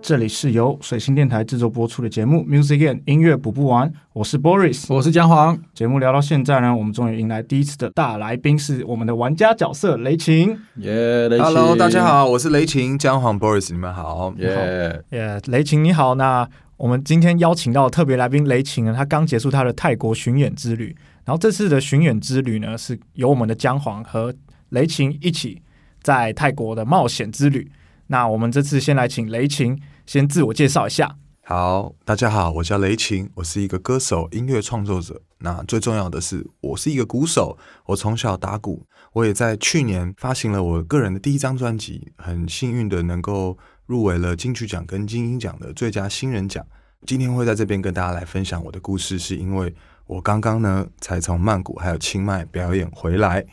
这里是由水星电台制作播出的节目《Music and 音乐补不完》，我是 Boris。我是姜黄，节目聊到现在呢，我们终于迎来第一次的大来宾，是我们的玩家角色雷晴。耶、雷 Hello，奇大家，好，我是雷晴姜黄 Boris，你们好。耶、耶、呃雷晴你好。那我们今天邀请到的特别来宾雷晴呢，他刚结束他的泰国巡演之旅。然后这次的巡演之旅呢，是由我们的姜黄和雷晴一起在泰国的冒险之旅。那我们这次先来请雷晴先自我介绍一下。好，大家好，我叫雷晴，我是一个歌手、音乐创作者。那最重要的是，我是一个鼓手，我从小打鼓，我也在去年发行了我个人的第一张专辑，很幸运的能够入围了金曲奖跟金鹰奖的最佳新人奖。今天会在这边跟大家来分享我的故事，是因为我刚刚呢才从曼谷还有清迈表演回来，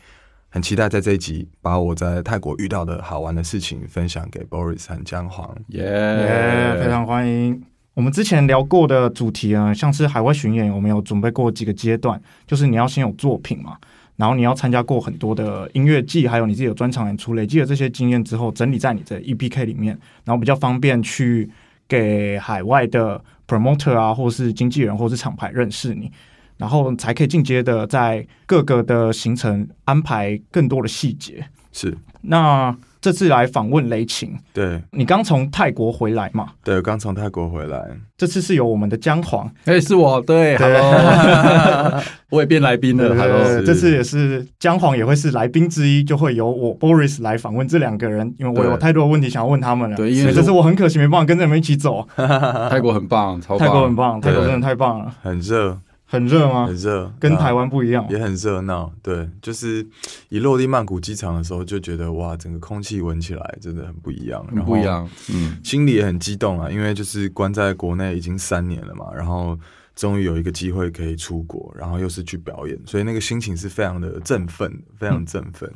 很期待在这一集把我在泰国遇到的好玩的事情分享给 Boris 和姜黄。耶、耶、呃非常欢迎。我们之前聊过的主题啊，像是海外巡演，我们有准备过几个阶段，就是你要先有作品嘛，然后你要参加过很多的音乐季，还有你自己的专场演出，累积了这些经验之后，整理在你的 EPK 里面，然后比较方便去给海外的 promoter 啊，或是经纪人或是厂牌认识你，然后才可以进阶的在各个的行程安排更多的细节。是那这次来访问雷晴，对。你刚从泰国回来嘛？对，我刚从泰国回来。这次是由我们的姜黄，哎、是我，对，Hello，我 也变来宾了，Hello，呃这次也是姜黄也会是来宾之一，就会由我 Boris 来访问这两个人，因为我对有太多的问题想要问他们了。对因为所以是这次我很可惜没办法跟着你们一起走。泰国很棒，超棒，泰国很棒，泰对国真的太棒了，很热，很热吗很？啊热，跟那台湾不一样。也很热闹。对，就是一落地曼谷机场的时候，就觉得哇，整个空气闻起来真的很不一样，很不一，样，哦嗯，心里也很激动啊，因为就是关在国内已经三年了嘛，然后终于有一个机会可以出国，然后又是去表演，所以那个心情是非常的振奋，非嗯常振奋。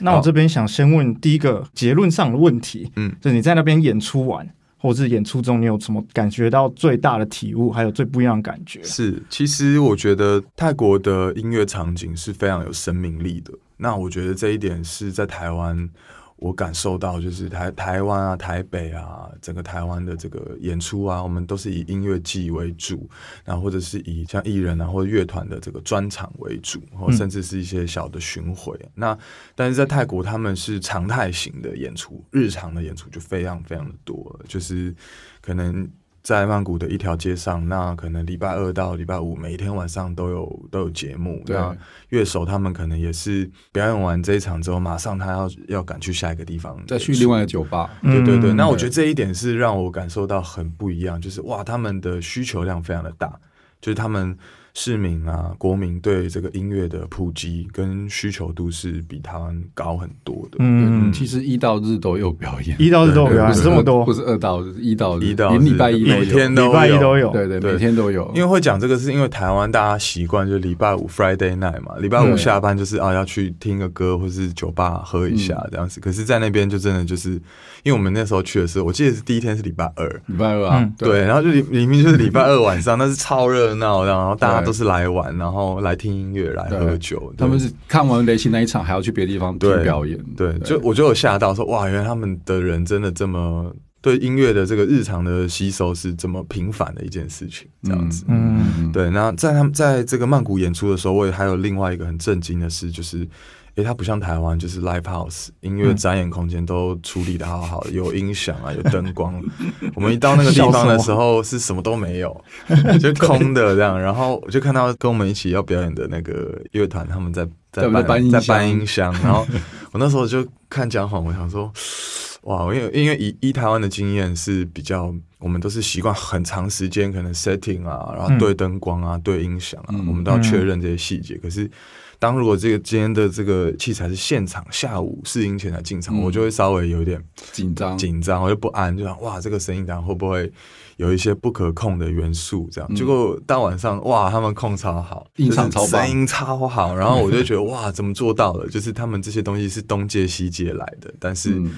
那我这边想先问第一个结论上的问题，嗯，就是你在那边演出完，或者是演出中，你有什么感觉到最大的体悟，还有最不一样的感觉？是，其实我觉得泰国的音乐场景是非常有生命力的。那我觉得这一点是在台湾，我感受到就是台台湾啊、台北啊，整个台湾的这个演出啊，我们都是以音乐季为主，然后或者是以像艺人啊或者乐团的这个专场为主，或嗯甚至是一些小的巡回。那但是在泰国，他们是常态型的演出，日常的演出就非常非常的多了，就是可能在曼谷的一条街上，那可能礼拜二到礼拜五每一天晚上都有都有节目。对那乐手他们可能也是表演完这一场之后，马上他要要赶去下一个地方演出，再去另外一个酒吧，对对对，嗯那我觉得这一点是让我感受到很不一样，就是哇，他们的需求量非常的大，就是他们市民啊、国民对这个音乐的普及跟需求度是比台湾高很多的。嗯，其实一到日都有表演，一到日都有表不演是这么不多，是二到日，一到日一到连礼拜一都有每天礼拜一都有，对对，对每天都有，因为会讲这个，是因为台湾大家习惯就礼拜五 Friday night 嘛，礼拜五对下班就是啊要去听个歌，或是酒吧喝一下这样子。可是，在那边就真的就是，因为我们那时候去的时候，我记得是第一天是礼拜二，礼拜二啊嗯，对，然后就明明明就是礼拜二晚上， 那是超热闹，然后大家都是来玩，然后来听音乐，来喝酒。他们对是看完雷琴那一场，还要去别的地方听对表演，对，就我就有吓到说，哇，原来他们的人真的这么对音乐的这个日常的吸收是这么频繁的一件事情，这样子。嗯。对，那在他们在这个曼谷演出的时候，我也还有另外一个很震惊的事，就是。诶，它不像台湾，就是 live house 音嗯乐展演空间都处理的好好的，有音响啊，有灯 光。我们一到那个地方的时候，是什么都没 有，就空的这样。然后我就看到跟我们一起要表演的那个乐团，他们在在在搬搬音在箱搬音箱。然后我那时候就看蒋晃，我想说，哇，因为因为以以台湾的经验是比较，我们都是习惯很长时间，可能 setting 啊，然后嗯对灯光啊，对音响啊，嗯我们都要确认这些细节。可是，当如果这个今天的这个器材是现场下午试音前才进场，嗯我就会稍微有一点紧张，紧张，我就不安，就想哇，这个声音档会不会有一些不可控的元素？这样，嗯结果到晚上哇，他们控超好，音场就是超棒声音超好，然后我就觉得哇，怎么做到的？就是他们这些东西是东借西借来的，但是嗯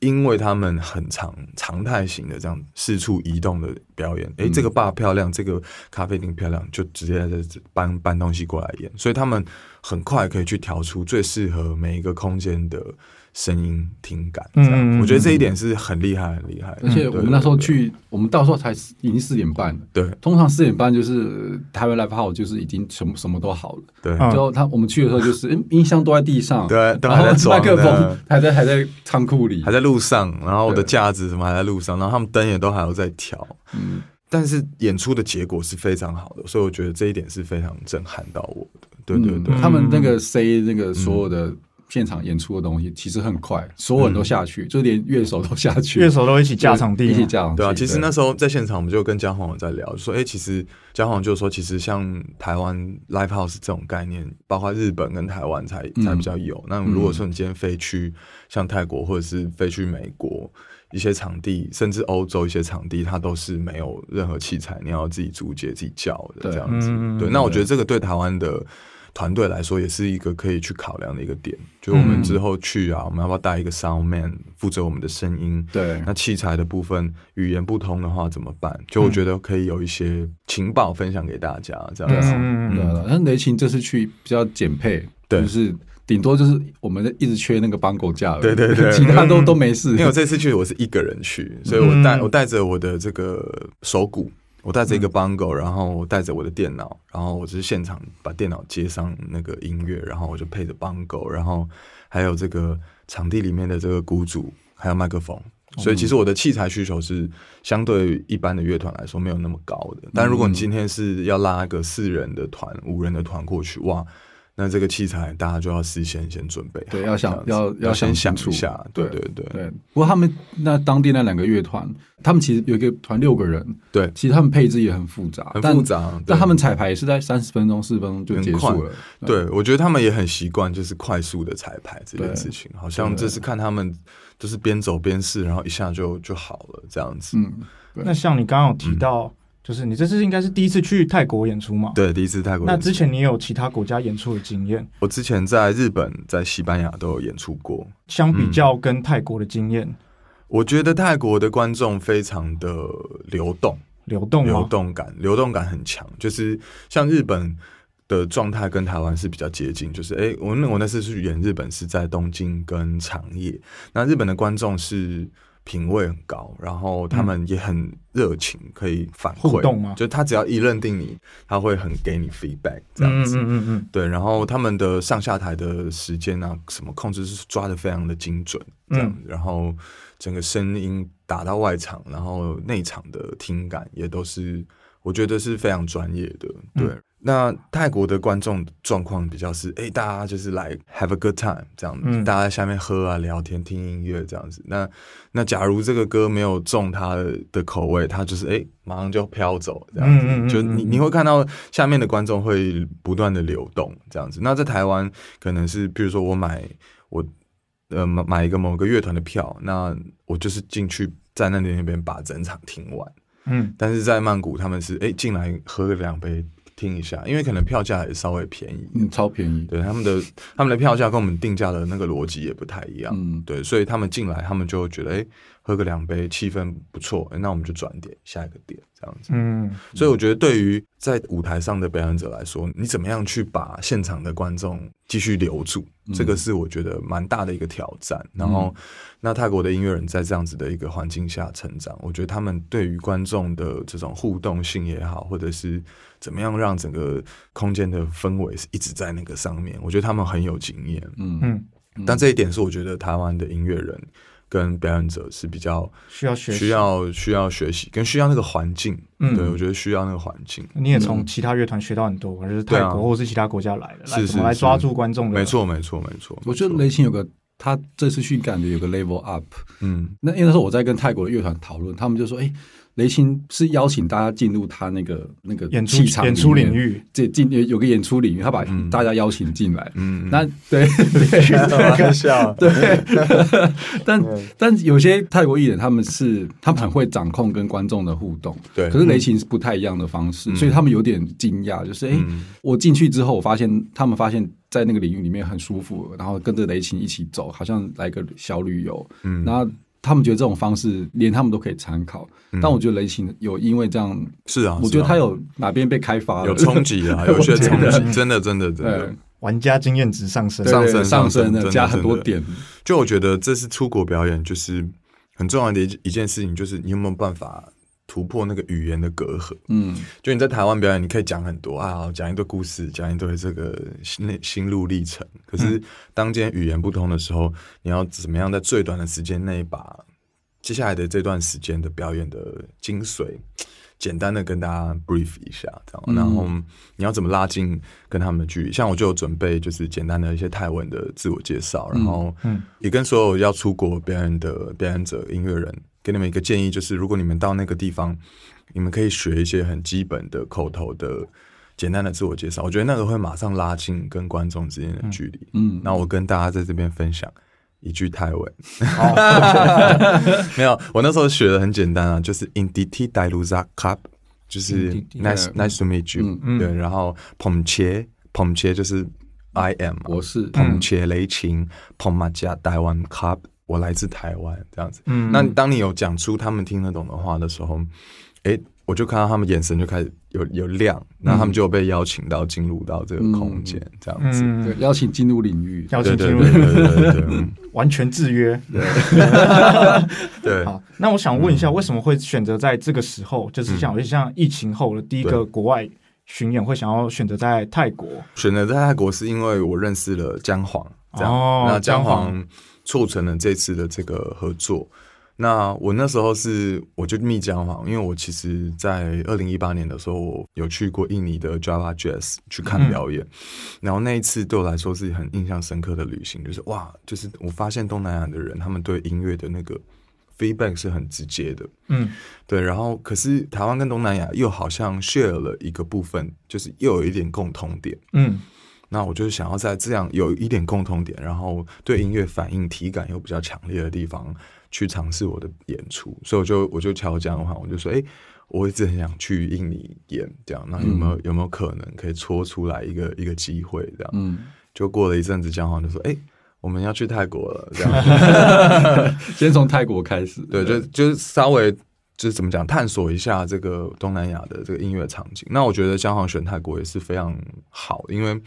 因为他们很常常态型的这样四处移动的表演，嗯诶，这个爸漂亮，这个咖啡厅漂亮，就直接在这搬搬东西过来演，所以他们很快可以去调出最适合每一个空间的声音听感。这样嗯我觉得这一点是很厉害，很厉害的。而且对我们那时候，对去，我们到时候才四已经四点半了。对对通常四点半就是台湾 live house 就是已经什么什么都好了。对嗯然后他我们去的时候就是，诶音箱都在地上，对都然还后在装麦克风呢还在还在仓库里还，在路上，然后我的对架子什么还在路上，然后他们灯也都还要在调，嗯，但是演出的结果是非常好的，所以我觉得这一点是非常震撼到我的。对对对，嗯他们那个 C 那嗯个所有的现场演出的东西其实很快，所有人都下嗯去，就连乐手都下去，乐手都一起架场地嘛，一起架场地。对啊，其实那时候在现场，我们就跟姜黄有在聊，就说哎、诶其实姜黄就说，其实像台湾 live house 这种概念，包括日本跟台湾才嗯才比较有。那如果说你今天飞去像泰国，或者是飞去美国一些场地，甚至欧洲一些场地，它都是没有任何器材，你要自己租借、自己叫的对这样子。嗯对，那我觉得这个对台湾的。团队来说也是一个可以去考量的一个点，就我们嗯之后去啊，我们要不要带一个 sound man 负责我们的声音？对那器材的部分，语言不通的话怎么办？就我觉得可以有一些情报分享给大家，这样子。嗯对嗯啊，那雷琴这次去比较简配，对就是顶多就是我们一直缺那个帮狗架而已，对对对其他都都没事因为。我这次去我是一个人去，所以我嗯带我带着我的这个手鼓，我带着一个 bongo，然后我带着我的电脑，然后我只是现场把电脑接上那个音乐，然后我就配着 bongo，然后还有这个场地里面的这个鼓组，还有麦克风。所哦以其实我的器材需求是相对于一般的乐团来说没有那么高的，但如果嗯你今天是要拉个四人的团、五人的团过去，哇，那这个器材大家就要事先先准备好，对要想这样子要要要先想想一清楚下，对对对对对，不过他们那当地那两个乐团，他们其实有一个团六个人，对其实他们配置也很复杂，很但复杂对但他们彩排也是在三十分钟、四十分钟就结很束快了。对，我觉得他们也很习惯，就是快速的彩排这件对事情，好像这是看他们就是边走边试，然后一下就就好了这样子。嗯，那像你刚刚有提到，就是你这次应该是第一次去泰国演出嘛？。对，第一次泰国那演出。之前你有其他国家演出的经验？我之前在日本、在西班牙都有演出过。相比较跟泰国的经验，我觉得泰国的观众非常的流动，流动流吗？动感，流动感很强。就是像日本的状态跟台湾是比较接近，就是诶，我那我那次去演日本是在东京跟长野，那日本的观众是。品味很高，然后他们也很热情，可以反互馈动吗，就他只要一认定你，他会很给你 feedback 这样嗯子。嗯嗯嗯对，然后他们的上下台的时间啊，什么控制是抓的非常的精准，这样，然后整个声音打到外场，然后内场的听感也都是，我觉得是非常专业的。对，那泰国的观众状况比较是，哎，大家就是来 have a good time 这样子，嗯大家在下面喝啊、聊天、听音乐这样子。那那假如这个歌没有中他的的口味，他就是哎、诶马上就飘走这样子。嗯嗯嗯就嗯你嗯你会看到下面的观众会不断的流动这样子。那在台湾可能是，比如说我买我呃买买一个某个乐团的票，那我就是进去站在那边把整场听完。嗯但是在曼谷他们是哎进、来喝个两杯听一下，因为可能票价也稍微便宜。嗯，超便宜。对他们的他们的票价跟我们定价的那个逻辑也不太一样，嗯对，所以他们进来，他们就会觉得，哎、喝个两杯，气氛不错、诶那我们就转点下一个点这样子。嗯，所以我觉得，对于在舞台上的表演者来说，你怎么样去把现场的观众继续留住，这个是我觉得蛮大的一个挑战。然后，那泰国的音乐人在这样子的一个环境下成长，我觉得他们对于观众的这种互动性也好，或者是怎么样让整个空间的氛围是一直在那个上面，我觉得他们很有经验。嗯，嗯，但这一点是我觉得台湾的音乐人跟表演者是比较需要学习。需要需要学习，跟需要那个环境。嗯对，我觉得需要那个环境。你也从其他乐团学到很多，就是泰对啊国或是其他国家来的，是来怎是么来是抓住观众的？没，错，没错，没错。我觉得雷琴有个，他这次去感觉有个 level up。嗯，那因为那时候我在跟泰国的乐团讨论，他们就说：“哎、雷琴是邀请大家进入他那个那个演出气场演出里面领域，这进有有个演出领域，他把大家邀请进来。嗯嗯嗯那 对对开笑，对， 但嗯但有些泰国艺人他们是他们很会掌控跟观众的互动，对可是雷琴是不太一样的方式，所以他们有点惊讶，就是哎、诶嗯我进去之后，我发现他们发现在那个领域里面很舒服，然后跟着雷琴一起走，好像来个小旅游。嗯然后他们觉得这种方式连他们都可以参考。但我觉得雷勤有因为这样， 是啊，我觉嗯是得啊他有哪边被开发了，有冲 击啊，有一些冲击，真的真的真的对。玩家经验值上升对。上升对上上升升真的的，加很多真点。就我觉得这是出国表演就是很重要的一一件事情，就是你有没有办法突破那个语言的隔阂。嗯，就你在台湾表演，你可以讲很多啊，讲一堆故事，讲一堆这个心心路历程。可是当今天语言不通的时候，你要怎么样在最短的时间内把接下来的这段时间的表演的精髓，简单的跟大家 brief 一下，这样。然后你要怎么拉近跟他们的距离？像我就有准备就是简单的一些泰文的自我介绍，然后也跟所有要出国表演的表演者、音乐人，给你们一个建议，就是如果你们到那个地方。你们可以学一些很基本的口头的简单的自我介绍，我觉得那个会马上拉近跟观众之间的距离。嗯，那我跟大家在这边分享一句泰文，没有，我那时候学的很简单啊，就是 Inditi d a i l u z a Cup，就是 Inditi Nice 对 Nice to meet 嗯 you，、对，然后 Pomche Pomche 就是 I am，嘛我是嗯捧切雷琴，捧马甲台湾 cup，我来自台湾这样子。嗯，那当你有讲出他们听得懂的话的时候，诶，我就看到他们眼神就开始有有亮，然后他们就有被邀请到进入到这个空间这样子。嗯，对邀请进入领域。邀对请进对入对对对对嗯对完全制约。对， 嗯好，那我想问一下，为什么会选择在这个时候，就是像有些像疫情后的第一个国外巡演，会想要选择在泰国？选择在泰国是因为我认识了姜黄，这样，哦那姜姜黄促成了这次的这个合作。那我那时候是我就密姜黄，因为我其实，在二零一八年的时候，我有去过印尼的 Java Jazz 去看表演，然后那一次对我来说是很印象深刻的旅行，就是哇，就是我发现东南亚的人他们对音乐的那个 feedback 是很直接的，嗯，对，然后可是台湾跟东南亚又好像 share 了一个部分，就是又有一点共同点，嗯那我就是想要在这样有一点共同点，然后对音乐反应体感又比较强烈的地方去尝试我的演出，所以我就我就敲这样的话，我就说，哎、我一直很想去印尼演，这样，那有没有、有没有可能可以搓出来一个一个机会这样？嗯，就过了一阵子，姜黄就说，哎、我们要去泰国了，这样，先从泰国开始。嗯对，就就是稍微就是怎么讲，探索一下这个东南亚的这个音乐场景。那我觉得香港选泰国也是非常好的，因为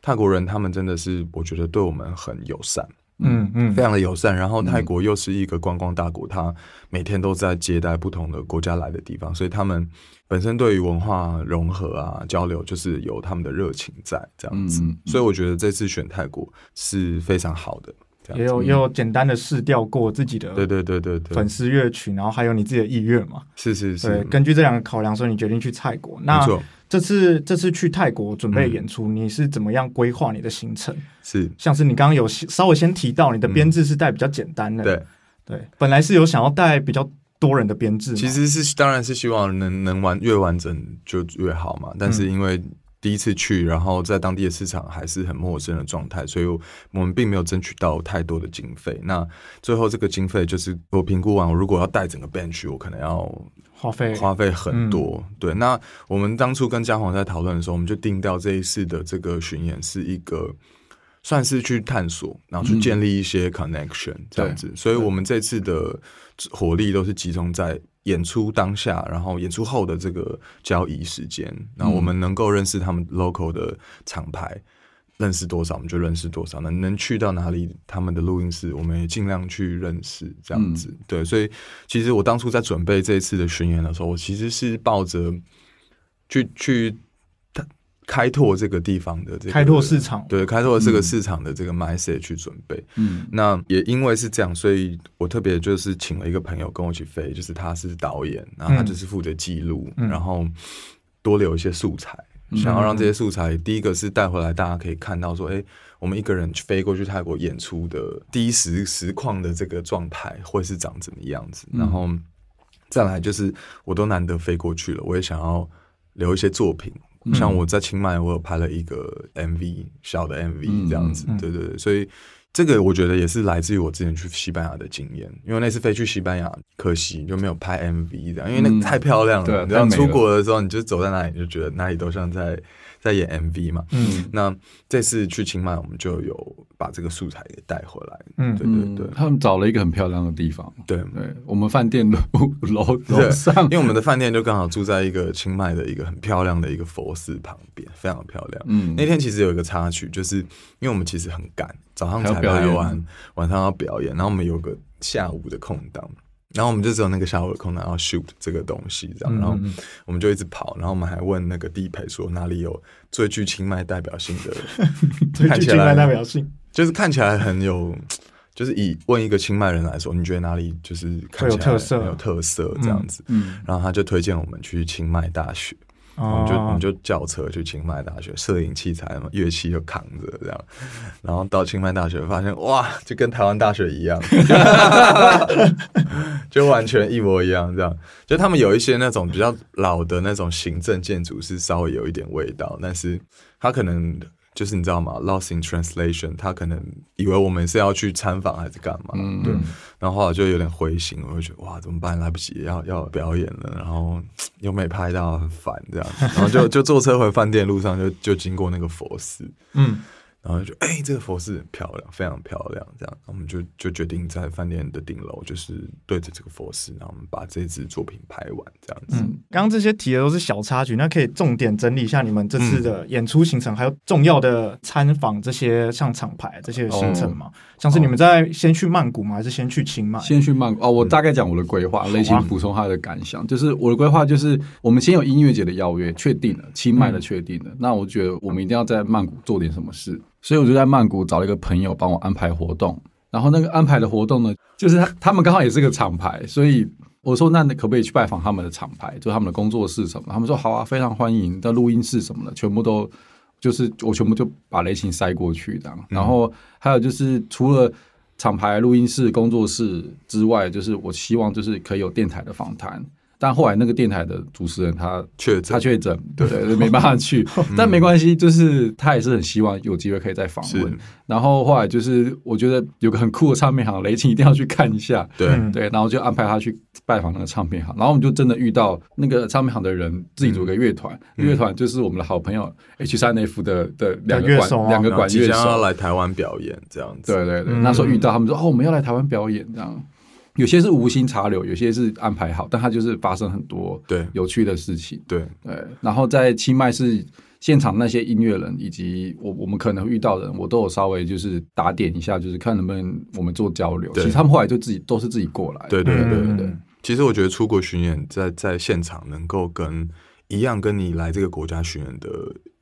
泰国人他们真的是我觉得对我们很友善，嗯嗯非常的友善。然后泰国又是一个观光大国，它每天都在接待不同的国家来的地方，所以他们本身对于文化融合啊交流，就是有他们的热情在这样子。嗯嗯所以我觉得这次选泰国是非常好的。这也样子，有也有简单的试调过自己对的对对对对粉，丝乐曲，然后还有你自己的意愿嘛。是对是是，，根据这两个考量，所以你决定去泰国。那没错，嗯这次这次去泰国准备演出，你是怎么样规划你的行程？是。像是你刚刚有稍微先提到，你的编制是带比较简单的，嗯对，对，本来是有想要带比较多人的编制嘛，其实是当然是希望能能完越完整就越好嘛，但是因为第一次去，然后在当地的市场还是很陌生的状态，所以我们并没有争取到太多的经费。那最后这个经费就是我评估完，我如果要带整个 bench，我可能要花费花费很多。对，那我们当初跟嘉皇在讨论的时候，我们就定掉这一次的这个巡演是一个。算是去探索，然后去建立一些 connection 这样子，所以我们这次的火力都是集中在演出当下，然后演出后的这个交易时间，然后我们能够认识他们 local 的厂牌，认识多少我们就认识多少，能能去到哪里他们的录音室，我们也尽量去认识这样嗯子。对，所以其实我当初在准备这一次的巡演的时候，我其实是抱着去去探开拓这个地方的这个开拓市场，对，开拓这个市场的这个 mindset 去准备。嗯，那也因为是这样，所以我特别就是请了一个朋友跟我一起飞，就是他是导演，然后他就是负责记录，然后多留一些素材。想要让这些素材，第一个是带回来，大家可以看到说，哎、我们一个人飞过去泰国演出的第一时实况的这个状态会是长怎么样子，然后再来就是，我都难得飞过去了，我也想要留一些作品。嗯像我在清迈，我有拍了一个 MV，小的 MV 这样子，对对对，所以这个我觉得也是来自于我之前去西班牙的经验，因为那次飞去西班牙，可惜就没有拍 MV 这样，因为那嗯个太漂亮对了。啊你知道太美出了国的时候，你就走在哪里，你就觉得哪里都像在在演 MV 嘛。 嗯那这次去清迈，我们就有把这个素材给带回来。嗯对对对、他们找了一个很漂亮的地方，对。对我们饭 店楼楼对楼上因，为我们的饭店就刚好住在一个清迈的一个很漂亮的一个佛寺旁边，非常漂亮。嗯那天其实有一个插曲，就是因为我们其实很赶，早上还要才表拍演完，晚上要表演，然后我们有个下午的空档，然后我们就只有那个下午的空档要 shoot 这个东西，嗯这样，然后我们就一直跑，然后我们还问那个地陪说哪里有最具清迈代表性的，最看具起静脉来代表性，就是看起来很有。就是以问一个清迈人来说，你觉得哪里就是看最有起来特色很有特色这样子？嗯，然后他就推荐我们去清迈大学，我哦们就我们就叫车去清迈大学，摄影器材嘛，乐器就扛着这样，然后到清迈大学发现哇，就跟台湾大学一样， 就完全一模一样这样。就他们有一些那种比较老的那种行政建筑是稍微有一点味道，但是他可能。就是你知道吗？Lost in translation，他可能以为我们是要去参访还是干嘛？嗯对。然后后来就有点灰心，我就觉得哇，怎么办？来不及，要要表演了，然后又没拍到，很烦这样。然后就就坐车回饭店路上就就经过那个佛寺，嗯然后就觉得哎、这个佛寺很漂亮，非常漂亮，这样。我们就就决定在饭店的顶楼，就是对着这个佛寺，然后我们把这支作品拍完，这样子。嗯，刚刚这些提的都是小插曲，那可以重点整理一下你们这次的演出行程，还有重要的参访这些像厂牌这些行程哦嘛？像是你们在先去曼谷吗？还是先去清迈？先去曼谷哦，嗯我大概讲我的规划，雷好晴啊补充他的感想，就是我的规划就是我们先有音乐节的邀约确定了，清迈的嗯确定了，那我觉得我们一定要在曼谷做点什么事，所以我就在曼谷找了一个朋友帮我安排活动，然后那个安排的活动呢，就是他他们刚好也是个厂牌，所以。我说：“那可不可以去拜访他们的厂牌，就他们的工作室什么的？”他们说：“好啊，非常欢迎。”那录音室什么的，全部都就是我全部就把雷琴塞过去这样。然后还有就是除了厂牌、录音室、工作室之外，就是我希望就是可以有电台的访谈。但后来那个电台的主持人他确诊他确诊，对，对没办法去，但没关系，就是他也是很希望有机会可以再访问是。然后后来就是我觉得有个很酷的唱片行，雷琴一定要去看一下，对，嗯对，然后就安排他去拜访那个唱片行，然后我们就真的遇到那个唱片行的人自己组一个乐团，乐团就是我们的好朋友 H 三 F 的的两乐个管手啊两个然后管即乐将要手，来台湾表演，这样子。对对对，嗯那时候遇到他们说哦我们要来台湾表演这样，有些是无心插柳，有些是安排好，但它就是发生很多对有趣的事情。对对，然后在清迈是现场那些音乐人以及我我们可能遇到的人，我都有稍微就是打点一下，就是看能不能我们做交流。其对实他们后来就自己都是自己过来。对对对对嗯对其实我觉得出国巡演在在现场能够跟一样跟你来这个国家巡演的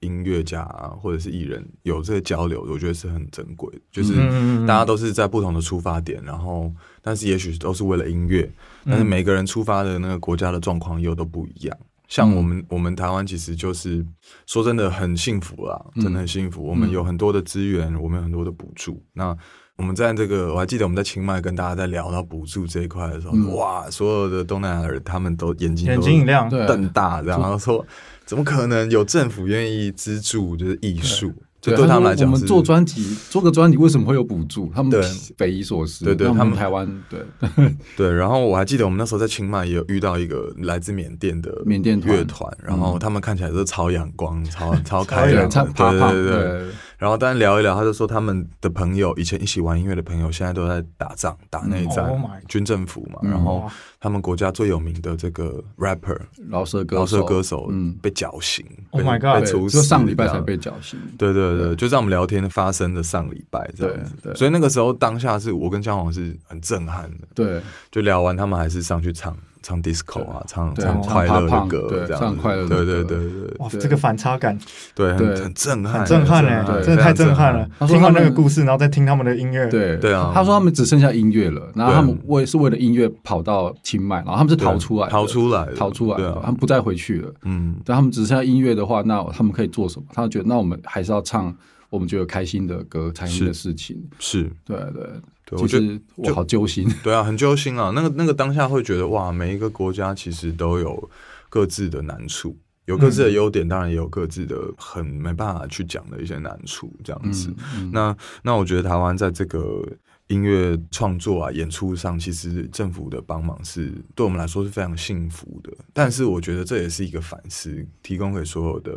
音乐家啊，或者是艺人有这个交流，我觉得是很珍贵的。就是嗯嗯嗯嗯大家都是在不同的出发点，然后但是也许都是为了音乐，但是每个人出发的那个国家的状况又都不一样。像我们，我们台湾其实就是说真的很幸福啦，真的很幸福。我们有很多的资源，我们有很多的补助。那我们在这个，我还记得我们在清迈跟大家在聊到补助这一块的时候，哇，所有的东南亚人他们都眼睛都眼睛一亮，对瞪大，然后说怎么可能有政府愿意资助就是艺术？就对他他说们来讲我是，们做专辑，做个专辑为什么会有补助？他们对匪夷所思。对对那我他们们台湾对 对，然后我还记得我们那时候在清迈也有遇到一个来自缅甸的缅甸团嗯乐团，然后他们看起来都超阳光、 超超开对对朗唱的，啪对啪对对对。对然后当然聊一聊，他就说他们的朋友以前一起玩音乐的朋友，现在都在打仗、打内战、 Oh my 军政府嘛。嗯然后哇他们国家最有名的这个 rapper 饶舌歌饶舌手歌手嗯，被绞刑 Oh my 被 god 被对处死，就上礼拜才被。绞刑。对对对，就在我们聊天发生的上礼拜这样子，对对所以那个时候当下是我跟姜黄是很震撼的，对就聊完，他们还是上去唱唱 disco 啊，唱对唱唱快乐的歌 pop punk，，对这样子唱快乐的对歌对对对哇，对这个反差感对，对很很震撼，欸很震撼很哎，欸对真的太震撼了。他说听他完们那个故事，然后再听他们的音乐，，对对啊他说他们只剩下音乐了，然后对他们为是为了音乐跑到清迈，然后他们是对逃出来的，逃出来的，逃出来对的，他啊们，不再回去了。嗯，但他们只剩下音乐的话，那他们可以做什么？他觉得那我们还是要唱我们觉得开心的歌，开心的事情。是，对对，对其我觉得实我好揪心。对啊，很揪心啊。那个那个当下会觉得哇，每一个国家其实都有各自的难处，有各嗯自的优点，当然也有各自的很没办法去讲的一些难处，这样嗯子。嗯那那我觉得台湾在这个音乐创作啊、演出上，其实政府的帮忙是对我们来说是非常幸福的。但是我觉得这也是一个反思，提供给所有的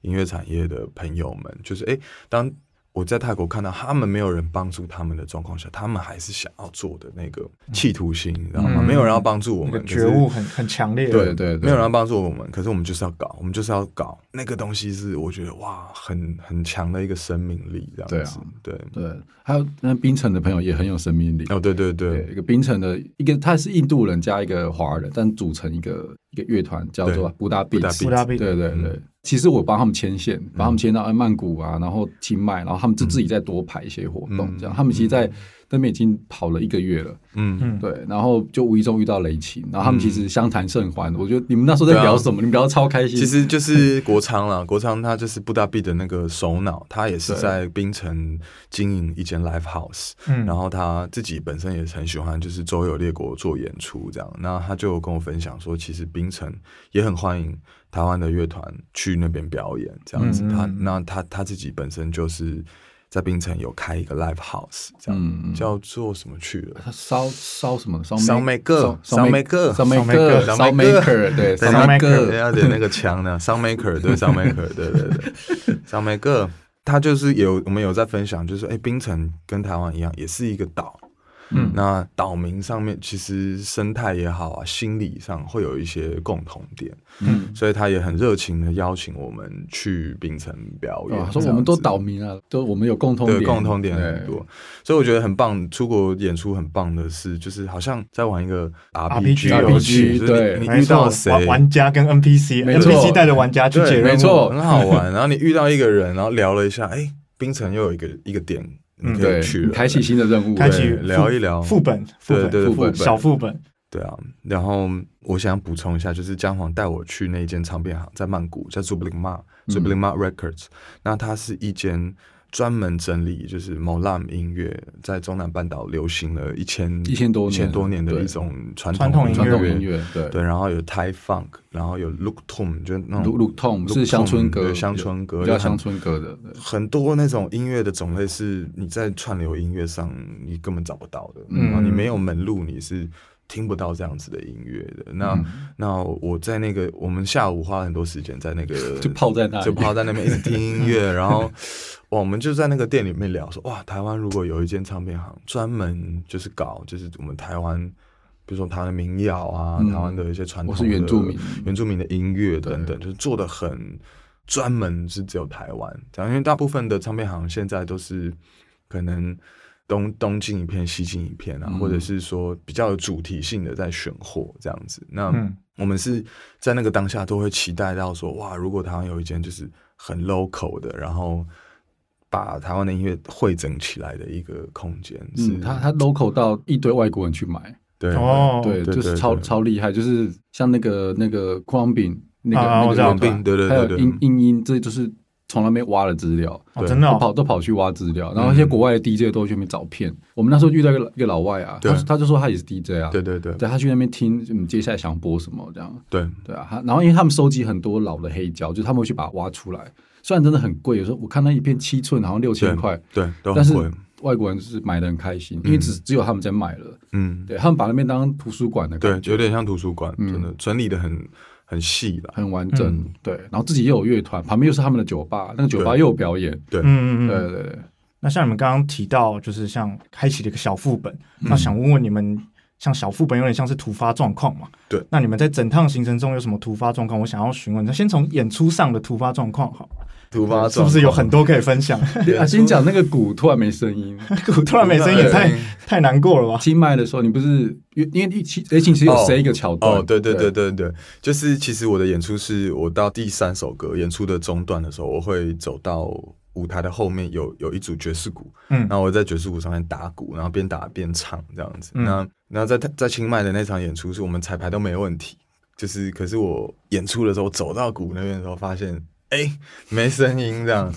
音乐产业的朋友们，就是诶，当我在泰国看到他们没有人帮助他们的状况下，他们还是想要做的那个企图心，你知道吗？嗯没有人要帮助我那们，个可觉是悟很很强烈。对对对，没有人要帮助我们，可是我们就是要搞，我们就是要搞那个东西，是我觉得哇，很很强的一个生命力，这样子。对、对，还有那槟城的朋友也很有生命力。哦，对对对，对，一个槟城的一个，他是印度人加一个华人，但组成一个一个乐团叫做对布达比布达斯比布达佩对对嗯对，其实我帮他们牵线，帮他们牵到哎曼谷啊，然后清迈，然后他们就自己再多排一些活动，这样。嗯他们其实，在那边已经跑了一个月了，嗯，嗯，对。然后就无意中遇到雷琴，然后他们其实相谈甚欢。我觉得你们那时候在对啊聊什么？你们聊得超开心。嗯其实就是国昌啦， 国昌他就是布达比的那个首脑，他也是对在槟城经营一间 live house，嗯，然后他自己本身也是很喜欢，就是周游列国做演出这样。那他就有跟我分享说，其实槟城也很欢迎台湾的乐团去那边表演这样子。嗯他嗯那他他自己本身就是在槟城有开一个 live house 这样，嗯，嗯叫做什么去了？他烧烧什么？烧烧麦麦克烧麦烧烧麦麦克克，烧麦麦克克，对，对烧麦烧麦对克，要点那个 腔呢，Soundmaker，对 Soundmaker，对对对，Soundmaker，他就是有我们有在分享，就是哎，槟城跟台湾一样，也是一个岛，嗯那岛民上面其实生态也好啊，心理上会有一些共同点，嗯所以他也很热情的邀请我们去槟城表对，，演啊说我们都这样子岛民啊，都我们有共通对点，共通点对很多，所以我觉得很棒。出国演出很棒的是，就是好像在玩一个 RPG 游戏， RPG 就是你你没遇到错谁，玩玩家跟没错 NPC，NPC 带着玩家去对解任务，没错很好玩。然后你遇到一个人，然后聊了一下，哎，冰城又有一个一个点，你嗯可对，以去了，开启新的任务，开对启聊一聊副本，副对本，对副副本小副本，对啊。然后我想补充一下，就是姜黄带我去那间唱片行，在曼谷叫 Zublinma Zublinma Records，那它是一间。专门整理就是 Molam 音乐在中南半岛流行了一千1000多一年千多年的对一种传传统音传统乐音乐，对对，然后有 Thai Funk，然后有 Look Tom，就那种 Look- Look Tom，是乡村歌对乡村歌，比较就很乡村歌的，对很多那种音乐的种类是你在串流音乐上你根本找不到的，啊嗯然后你没有门路，你是听不到这样子的音乐的。那、嗯那我在那个我们下午花很多时间在那个 就泡在那里就泡在那边一直听 音乐，然后哇，我们就在那个店里面聊说，哇，台湾如果有一间唱片行专门就是搞就是我们台湾，比如说台湾的民谣啊，嗯台湾的一些传统我的是原住民原住民的音乐等等，就是做的很专门，是只有台湾这样，因为大部分的唱片行现在都是可能东东进一片西进一片啊，嗯或者是说比较有主题性的在选货这样子。那嗯我们是在那个当下都会期待到说，哇，如果台湾有一间就是很 local 的，然后把台湾的音乐汇整起来的一个空间，是、嗯，他他 local 到一堆外国人去买，对哦，对，对就是对超对超厉害，就是像那个那个 q u a n b i n 那个啊那我个知道乐团对对对还有对嗯英英音，这就是从那边挖了资料，哦真的都哦，跑都跑去挖资料，然后一嗯些国外的 DJ 都去那边找片。我们那时候遇到一个一个老外啊，对他他就说他也是 DJ 啊，对对对对，他去那边听嗯接下来想播什么这样，对，对啊，他然后因为他们收集很多老的黑胶，就是他们会去把它挖出来，虽然真的很贵，有时候我看那一片七寸好像六千块，对都但很是贵，外国人就是买的很开心，因为只只有他们在买了，嗯，对他们把那边当图书馆的对感，觉，有点像图书馆，嗯真的整理的很很细了，很完整，对，然后自己又有乐团，旁边又是他们的酒吧，那个酒吧对又有表演，对，嗯嗯对嗯。对对。那像你们刚刚提到，就是像开启了一个小副本，嗯那想问问你们，像小副本有点像是突发状况嘛？对。那你们在整趟行程中有什么突发状况？我想要询问，那先从演出上的突发状况好了，突发是不是有很多可以分 享？啊，先讲那个鼓突然没声音，突然没声音也太对太难过了吧？清迈的时候，你不是因为因为其雷琴其实有塞一个桥段，哦，对对对对对，就是其实我的演出是我到第三首歌演出的中段的时候，我会走到舞台的后面有有一组爵士鼓，嗯那我在爵士鼓上面打鼓，然后边打边唱这样子。嗯那那在在清迈的那场演出，是我们彩排都没问题，就是可是我演出的时候走到鼓那边的时候，发现哎没声音这样，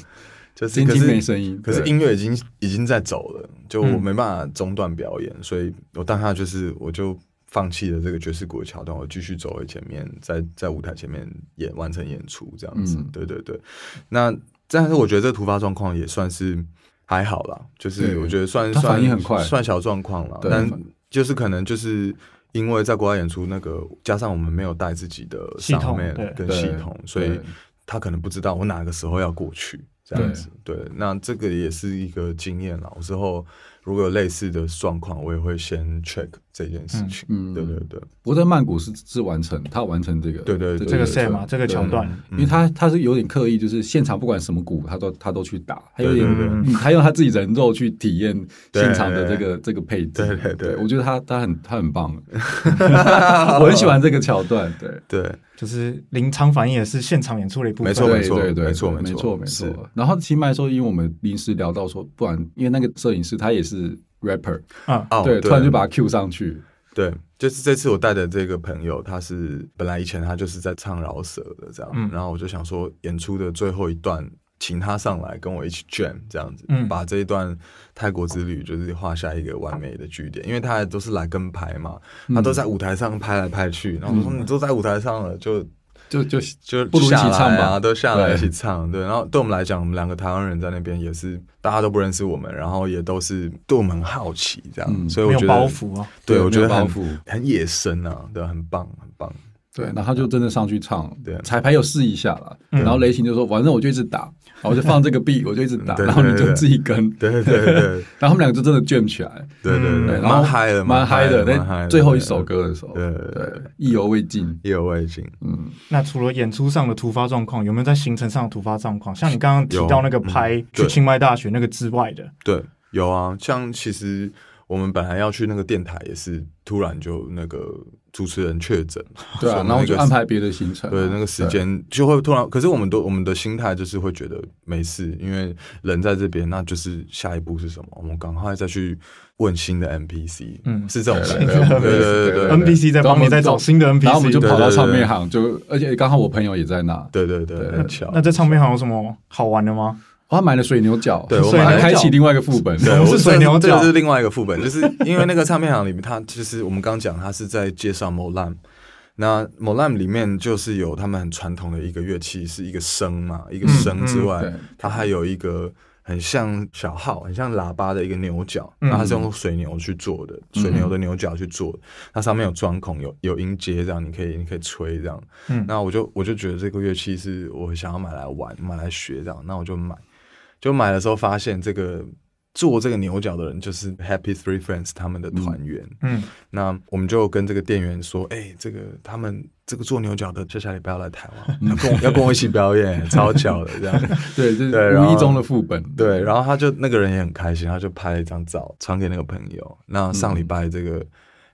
就是今可天是没声音，可是对音乐已经已经在走了，就我嗯没办法中断表演，所以我当下就是我就放弃了这个爵士鼓的桥段，我继续走回前面，在在舞台前面演完成演出这样子。嗯对对对，那但是我觉得这突发状况也算是还好啦，就是对我觉得算他算反应很快算小状况了。对但反就是可能就是因为在国外演出，那个加上我们没有带自己的系统 soundman 对跟对系统，所以对他可能不知道我哪个时候要过去，这样子。对，那这个也是一个经验啦。我之后如果有类似的状况，我也会先 check 这件事情。嗯嗯对对对，不过在曼谷是是完成，他完成这个，对对对这个对 set 嘛，这个桥段，因嗯为他他是有点刻意，就是现场不管什么鼓，他都他都去打，他有点对对对嗯他用他自己人肉去体验对现场的这个这个配置，对对对我觉得他他很他很 棒，我很喜欢这个桥段，对。对就是临场反应也是现场演出的一部分。没错对没错对对没错对没没错错，没是错。然后清迈的时候，因为我们临时聊到说，不然因为那个摄影师他也是 rapper，嗯，哦对，突然就把他 Q 上去，对，就是这次我带的这个朋友，他是本来以前他就是在唱饶舌的这样，嗯然后我就想说演出的最后一段，请他上来跟我一起 jam 这样子，嗯把这一段泰国之旅就是画下一个完美的句点，因为他都是来跟拍嘛，他嗯都在舞台上拍来拍去，然后我说你都在舞台上了，就就就就嗯不如一起下来唱啊，吧都下来对一起唱。对，然后对我们来讲，我们两个台湾人在那边也是大家都不认识我们，然后也都是对我们很好奇这样，嗯所以没我有觉得包袱啊。对，对我觉得没有包很袱很野生啊，对，很棒，很棒。对，然后他就真的上去唱，嗯对嗯彩排有试一下了，然后雷霆就说，反正我就一直 打，然后我就放这个 B，我就一直打，对然后你对就对自己跟，对对对对然后他们两个就真的卷起来，对对对，然后蛮嗨的，蛮嗨嗨的，蛮嗨那的。最后一首歌的时候，对对对对，意犹未尽，意犹未尽，嗯，那除了演出上的突发状况，有没有在行程上的突发状况？像你刚刚提到那个拍嗯对去清迈大学那个之外的，对，有啊，像其实我们本来要去那个电台，也是突然就那个主持人确诊，对所以啊，我们然后那就个安排别的行程啊，对，那个时间就会突然，可是我们都我们的心态就是会觉得没事，因为人在这边，那就是下一步是什么，我们赶快再去问新的 NPC，嗯是这种对 心对态，对对对对对对 NPC 在帮你在找新的对，然后我们就 NPC。跑到对对对唱片行，就而且刚好我朋友也在那，哦对对对，很巧。那在唱片行有什么好玩的吗？哦他买了水牛角，对我买了开启另外一个副本，对， 我们是我水这牛这角是另外一个副本，就是因为那个唱片行里面，它就是我们刚刚讲，它是在介绍 Molam。那 Molam 里面就是有他们很传统的一个乐器，是一个笙嘛，一个笙之外，嗯对它还有一个很像小号、很像喇叭的一个牛角，嗯那它是用水牛去做的，水牛的牛角去做的，它上面有钻孔，有有音阶，这样你可以你可以吹这样。嗯那我就我就觉得这个乐器是我想要买来玩、买来学这样，那我就买。就买的时候发现，这个做这个牛角的人就是 Happy Three Friends 他们的团员。嗯，那我们就跟这个店员说，哎、这个他们这个做牛角的，下下礼拜要来台 湾，要跟我要跟我一起表演，超巧的这样。对，这对是然后无意中的副本，对，然后他就那个人也很开心，他就拍了一张照传给那个朋友。那上嗯礼拜这个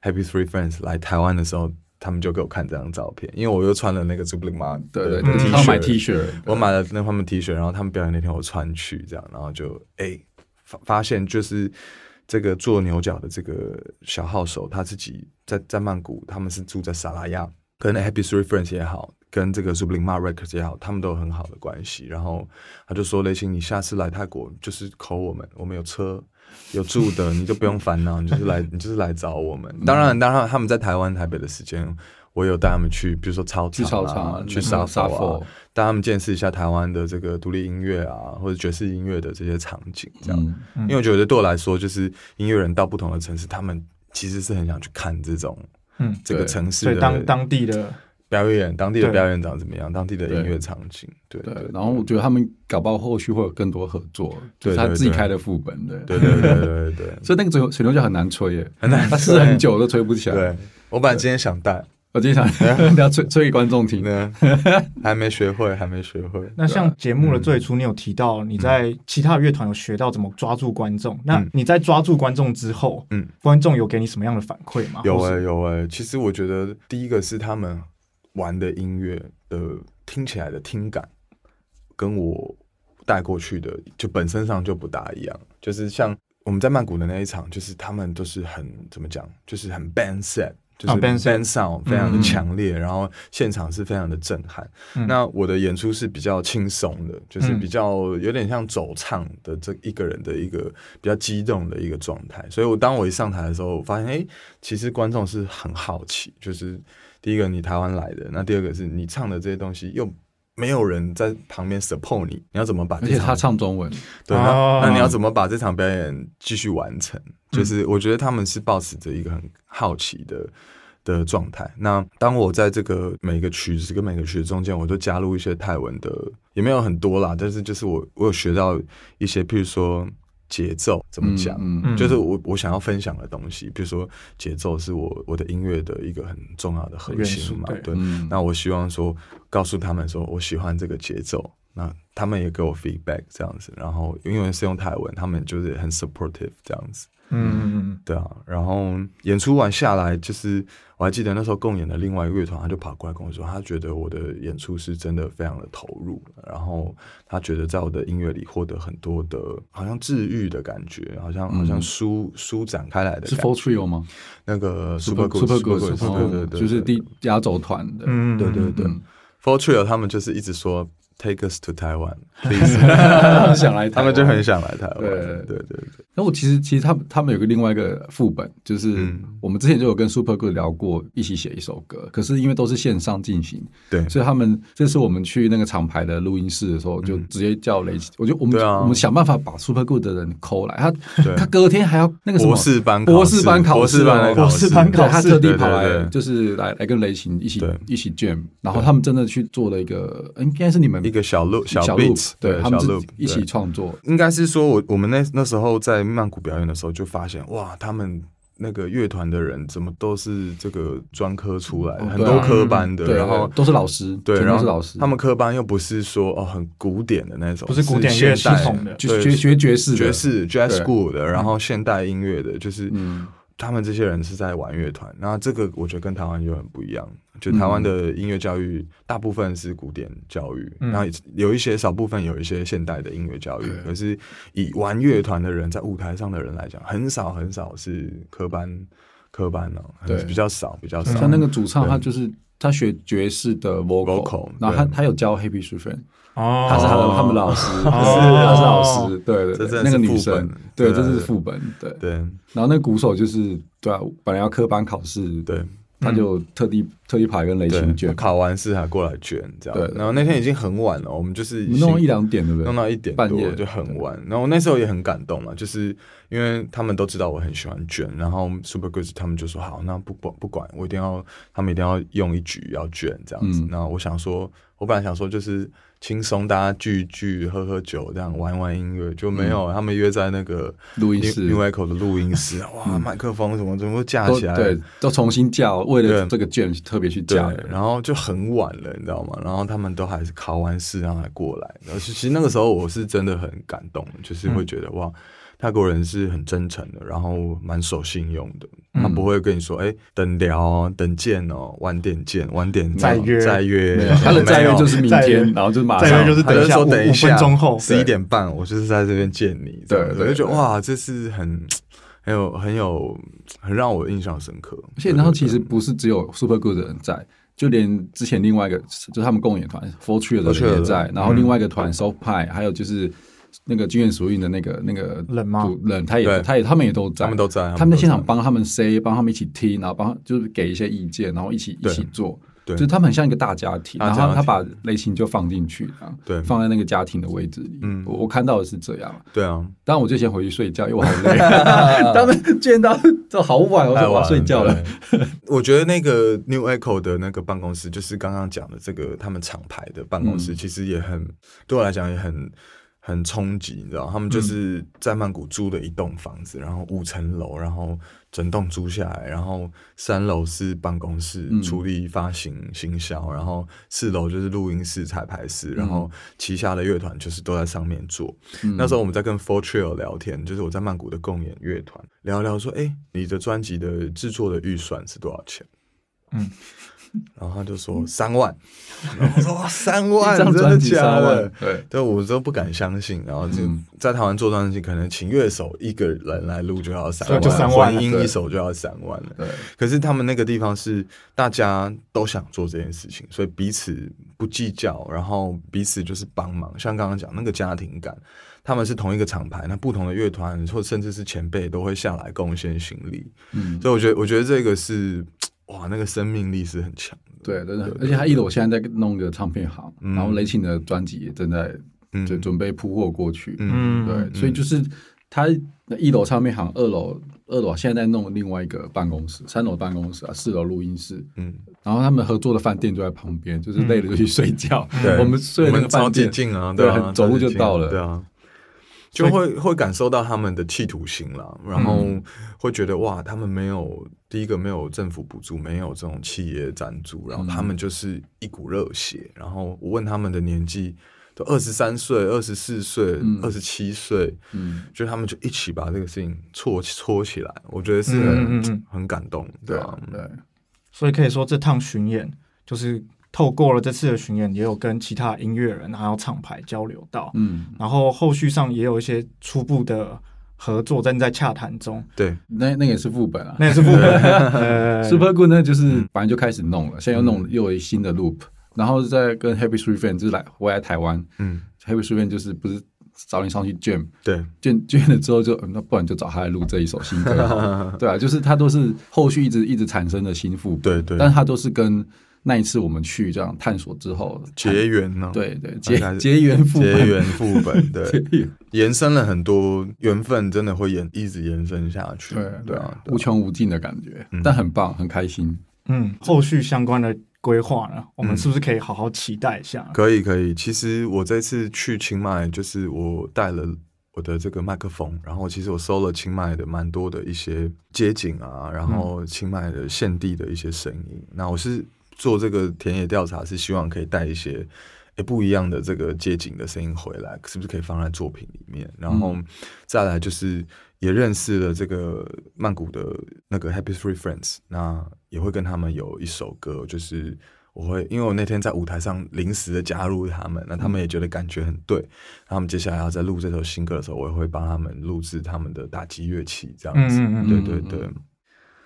Happy Three Friends 来台湾的时候，他们就给我看这张照片，因为我又穿了那个 z u b l i m a 对对的嗯 T 对，恤，他买 T 恤，我买了那他们 T 恤，然后他们表演那天我穿去这样，然后就哎、发发现就是这个做牛角的这个小号手他自己在在曼谷，他们是住在沙拉亚，跟 Happy Three Friends 也好，跟这个 s u b l i m a Records 也好，他们都有很好的关系。然后他就说：“雷星，你下次来泰国就是扣我们，我们有车。”有住的，你就不用烦恼，你就是来，你就是来找我们。当然，当然，他们在台湾台北的时间，我有带他们去，比如说操去场、啊、操场啊那去个沙沙佛、啊佛，带他们见识一下台湾的这个独立音乐啊，或者爵士音乐的这些场景，这样。嗯因为我觉得对我来说，就是音乐人到不同的城市，他们其实是很想去看这种，嗯这个对城市所以当的当地的表演，当地的对表演长怎么样，当地的音对乐场景，对对对，然后我觉得他们搞不好后续会有更多合作，就是对他对自己对开的副本，对啊对对对对对所以那个水水牛角很难吹耶，很难他试吹很久都吹不起对。来 对。我本来今天想带，我今天 想要吹吹给观众听，呢还没学会，还没学会。那像节目的嗯最初，你有提到你在其他乐团有学到怎么抓住观众。那你在抓住观众之后，嗯观众有给你什么样的反馈吗？有或哎、是有哎、其实我觉得第一个是他们玩的音乐的听起来的听感，跟我带过去的就本身上就不大一样。就是像我们在曼谷的那一场，就是他们都是很怎么讲，就是很 band set，就是啊，band band sound 非常的强烈，然后现场是非常的震撼。嗯那我的演出是比较轻松的，就是嗯比较有点像走唱的这一个人的一个比较激动的一个状态。所以我当我一上台的时候，我发现哎、诶其实观众是很好奇，就是第一个你台湾来的，那第二个是你唱的这些东西又。没有人在旁边 support 你，你要怎么把而这且场他唱中文，对，哦那那你要怎么把这场表演继续完成？就是我觉得他们是抱持着一个很好奇的的状态。那当我在这个每个曲子跟每个曲子中间，我都加入一些泰文的，也没有很多啦，但是就是我我有学到一些，譬如说节奏怎么讲，嗯嗯就是我我想要分享的东西，比如说节奏是我我的音乐的一个很重要的核元心素嘛，对对。嗯那我希望说告诉他们说我喜欢这个节奏，那他们也给我 feedback 这样子，然后因为是用泰文，他们就是很 supportive 这样子，嗯嗯对啊。然后演出完下来，就是我还记得那时候共演的另外一个乐团，他就跑过来跟我说，他觉得我的演出是真的非常的投入，然后他觉得在我的音乐里获得很多的好像治愈的感觉，好像好像舒、舒展开来嗯的是感觉 Four。Trio 吗那个 Super Super Good， Good，哦对对对，就是对第亚洲团的，嗯，对对对嗯，For Trio 他们就是一直说 Take us to Taiwan, please， 想来台湾他们就很想来台湾。对对对对，那我其实其实他们他们有个另外一个副本，就是嗯我们之前就有跟 Super Good 聊过，一起写一首歌。可是因为都是线上进行，对所以他们这次我们去那个厂牌的录音室的时候，就直接叫雷奇，我就我们、对啊我们想办法把 Super Good 的人抠来，他对他隔天还要那个什么博士班考试博士班考博士班的哦考博士班对他考试特地跑来，对对对就是来来跟雷琴一起对一起 jam，然后他们真的去做了一个，应该是你们一个小 loop 小 beat，对他小们自 loop 己一起。创作，应该是说我我们那那时候在曼谷表演的时候就发现，哇，他们。那个乐团的人怎么都是这个专科出来的，哦很对啊多科班的，对，然后都是老师，对，全然都后是老师，他们科班又不是说哦很古典的那种，不是古典乐系现代统的就对学学爵士的爵，士 jazz 对 school 的，然后现代音乐的，就是嗯他们这些人是在玩乐团。那这个我觉得跟台湾就很不一样，就台湾嗯的音乐教育大部分是古典教育，嗯然后有一些少部分有一些现代的音乐教育对。可是以玩乐团的人在舞台上的人来讲，很少很少是科班科班哦，很对嗯比较少比较少。像那个主唱，嗯对他就是他学爵士的 vocal，, vocal，然后他对他有教 Happy s u f r i n 哦，他是他的哦他们老师，是哦他是老师，对这对对，那真的个是女副本生，对，对这啊是对副本，对。对然后那鼓手就是对啊，本来要科班考试，，对。嗯他就特地特地跑来跟雷对琴卷，考完试还过来卷这样对。对然后那天已经很晚了，我们就是已经弄到一两点，对不对？弄到一点半多夜就很晚。然后那时候也很感动嘛，啊就是因为他们都知道我很喜欢卷，然后 Super Girls 他们就说好，那不管不管，我一定要，他们一定要用一局要卷这样子嗯。那、我想说，我本来想说就是轻松，大家聚一聚，喝喝酒，这样玩玩音乐，就没有、他们约在那个嗯录音另室另外一口的录音室，哇，麦克风什么全部架都起来，对，都重新叫，为了对这个卷特别去对叫，，然后就很晚了，你知道吗？然后他们都还是考完试然后还过来，然后其实那个时候我是真的很感动，就是嗯会觉得、哇，泰国人是很真诚的，然后蛮守信用的，嗯他不会跟你说哎、等聊哦，等见哦，晚点见，晚点再约再没约有，他的在约就是明在约天，然后就是马在约上，就是他等一下说五等一五下，分钟后十一点半，我就是在这边见你，对这样子对我就觉得对哇，这是很很有很有很让我印象深刻，而且然后其实不是只有 Super Good 的人在，就连之前另外一个就是他们共演团 Four Tree 的 Four Tree 人的也人嗯在，然后另外一个团 Soft Pie，还有就是那个金元熟运的那个那个冷吗主人，他也对他也他们也都在，他们都在他们在现他场们都在帮他们 say，帮他们一起听，然后帮就是给一些意见，然后一起一对起做。对就是他们很像一个大家庭，大然家后他他庭把类型就放进去，这样对放在那个家庭的位置里。嗯我我看到的是这样，对啊，当然我就先回去睡觉，因为我好 累。他们见到就好晚，我太说我晚要睡觉了。。 对我觉得那个 New Echo 的那个办公室，就是刚刚讲的这个他们厂牌的办公嗯室，其实也很对我来讲也很很冲击，你知道，他嗯们就是在曼谷租的一栋房子，然后五层楼，然后整栋租下来，然后三楼是办公室嗯处理发行行销，然后四楼就是录音室彩排嗯室，然后旗下的乐团就是都在上面做。那时候我们在跟 f o r t r i l 聊天，就是我在曼谷的共演乐团聊一聊说，哎、你的专辑的制作的预算是多少钱？嗯，然后他就说 三万，然后我说哇 三万，一张真专的辑假三的万？，对，对，我都不敢相信。然后就嗯在台湾做专辑，可能请乐手一个人来录就要三万，就三万混音对一首就要三万了。对，可是他们那个地方是大家都想做这件事情，所以彼此不计较，然后彼此就是帮忙。像刚刚讲那个家庭感，他们是同一个厂牌，那不同的乐团或甚至是前辈都会下来贡献心力。嗯，所以我觉得，我觉得这个是哇，那个生命力是很强的。对，真的，而且他一楼现在在弄个唱片行，嗯然后雷勤的专辑也正在嗯就准备铺货过去，嗯，对，所以就是他一楼唱片行，二楼二楼现在在弄另外一个办公室，三楼办公室啊，四楼录音室，嗯，然后他们合作的饭店就在旁边，就是累了就去睡觉，对， 我们睡我那们个饭超级店，近啊，对啊很走路就到了超级近对啊。所就以嗯会会感受到他们的企图心了，然后会觉得哇，他们没有第一个没有政府补助，没有这种企业赞助，然后他们就是一股热血。嗯然后我问他们的年纪，都二十三岁、二十四岁嗯、二十七岁，嗯，就他们就一起把这个事情搓搓起来，我觉得是嗯嗯嗯很嗯很感动，对对啊啊，对，所以可以说这趟巡演就是透过了这次的巡演，也有跟其他音乐人还有厂牌交流到，嗯，然后后续上也有一些初步的合作正在洽谈 中，对，那那个也是副本啊，那也是部分。哎呃 Super Good 呢，嗯就是反正就开始弄了，现在又弄了又有新的 loop，然后再跟 Happy Street Fan 就是来回来台湾嗯， ，Happy Street Fan 就是不是找你上去 jam 对， jam jam 了之后就嗯那不然就找他来录这一首新歌 好了，对啊，就是他都是后续一直一直产生的新副本，对对但他都是跟那一次我们去这样探索之后结缘呢，对对大概结是结缘副结本，缘副本，对， 结缘延伸了很多缘分，真的会延一直延伸下去。对对对啊啊，，无穷无尽的感觉嗯，但很棒，很开心。嗯，后续相关的规划呢，我们是不是可以好好期待一下？嗯可以可以。其实我这次去清迈，就是我带了我的这个麦克风，然后其实我搜了清迈的蛮多的一些街景啊，然后清迈的现地的一些声音。那我是做这个田野调查，是希望可以带一些。诶不一样的这个街景的声音回来，是不是可以放在作品里面？然后再来就是也认识了这个曼谷的那个 Happy Three Friends，那也会跟他们有一首歌，就是我会因为我那天在舞台上临时的加入他们，那他们嗯也觉得感觉很对，然后他们接下来要在录这首新歌的时候，我也会帮他们录制他们的打击乐器这样子。嗯嗯嗯对对对，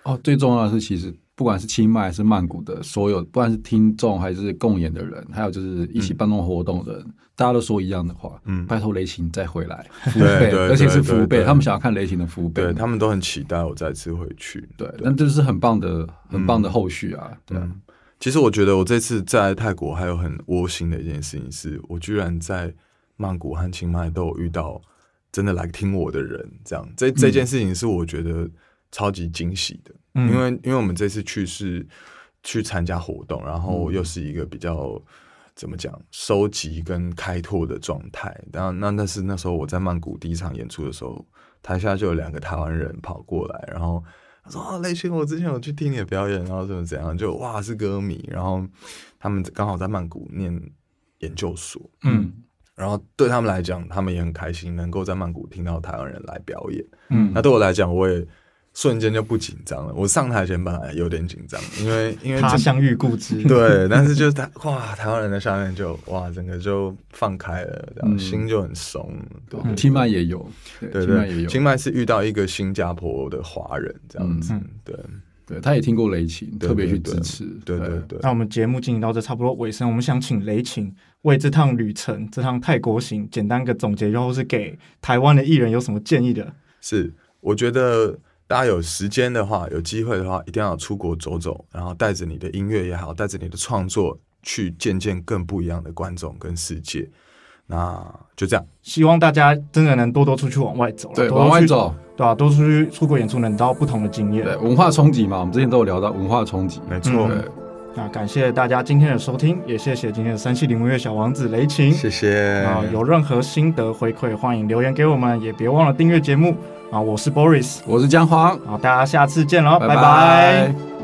哦，最重要的是，其实不管是清迈还是曼谷的所有，不管是听众还是共演的人，还有就是一起办这种活动的人，大家都说一样的话，嗯拜托雷霆再回来，福 对贝，对而且对是对福贝，对他们想要看雷霆的福贝，对他们都很期待我再次回去。对，那这是很棒的，很棒的后续啊，对啊，嗯，其实我觉得我这次在泰国还有很窝心的一件事情是，我居然在曼谷和清迈都有遇到真的来听我的人，这样这嗯这件事情是我觉得超级惊喜的，嗯因为因为我们这次去是去参加活动，然后又是一个比较。怎么讲？收集跟开拓的状态，那那那是那时候我在曼谷第一场演出的时候，台下就有两个台湾人跑过来，然后他说啊，雷军，我之前有去听你的表演，然后怎么怎样，就哇是歌迷，然后他们刚好在曼谷念研究所，嗯然后对他们来讲，他们也很开心能够在曼谷听到台湾人来表演。嗯那对我来讲，我也瞬间就不紧张了。我上台前本来有点紧张，因为因为他这乡遇故 知，对，但是就是台哇，台湾人在下面就哇，整个就放开了，然后嗯心就很松。对对啊清迈也有，对，嗯对清迈也对，有，清迈是遇到一个新加坡的华人这样子，嗯对对，他也听过雷霆，对特别去对支持，对对对。那我们节目进行到这差不多尾声，我们想请雷晴为这趟旅程、这趟泰国行简单个总结，然后是给台湾的艺人有什么建议的？是，我觉得大家有时间的话，有机会的话，一定要出国走走，然后带着你的音乐也好，带着你的创作去见见更不一样的观众跟世界。那就这样，希望大家真的能多多出去往外走啦，对，多多往外去，走，对吧、多出去出国演出，能得到不同的经验对。文化冲击嘛，我们之前都有聊到文化冲击，没错对，那感谢大家今天的收听，也谢谢今天的三七零音乐小王子雷晴。谢谢，啊，有任何心得回馈，欢迎留言给我们，也别忘了订阅节目啊！我是 Boris，我是姜黄，啊，大家下次见喽，拜拜拜拜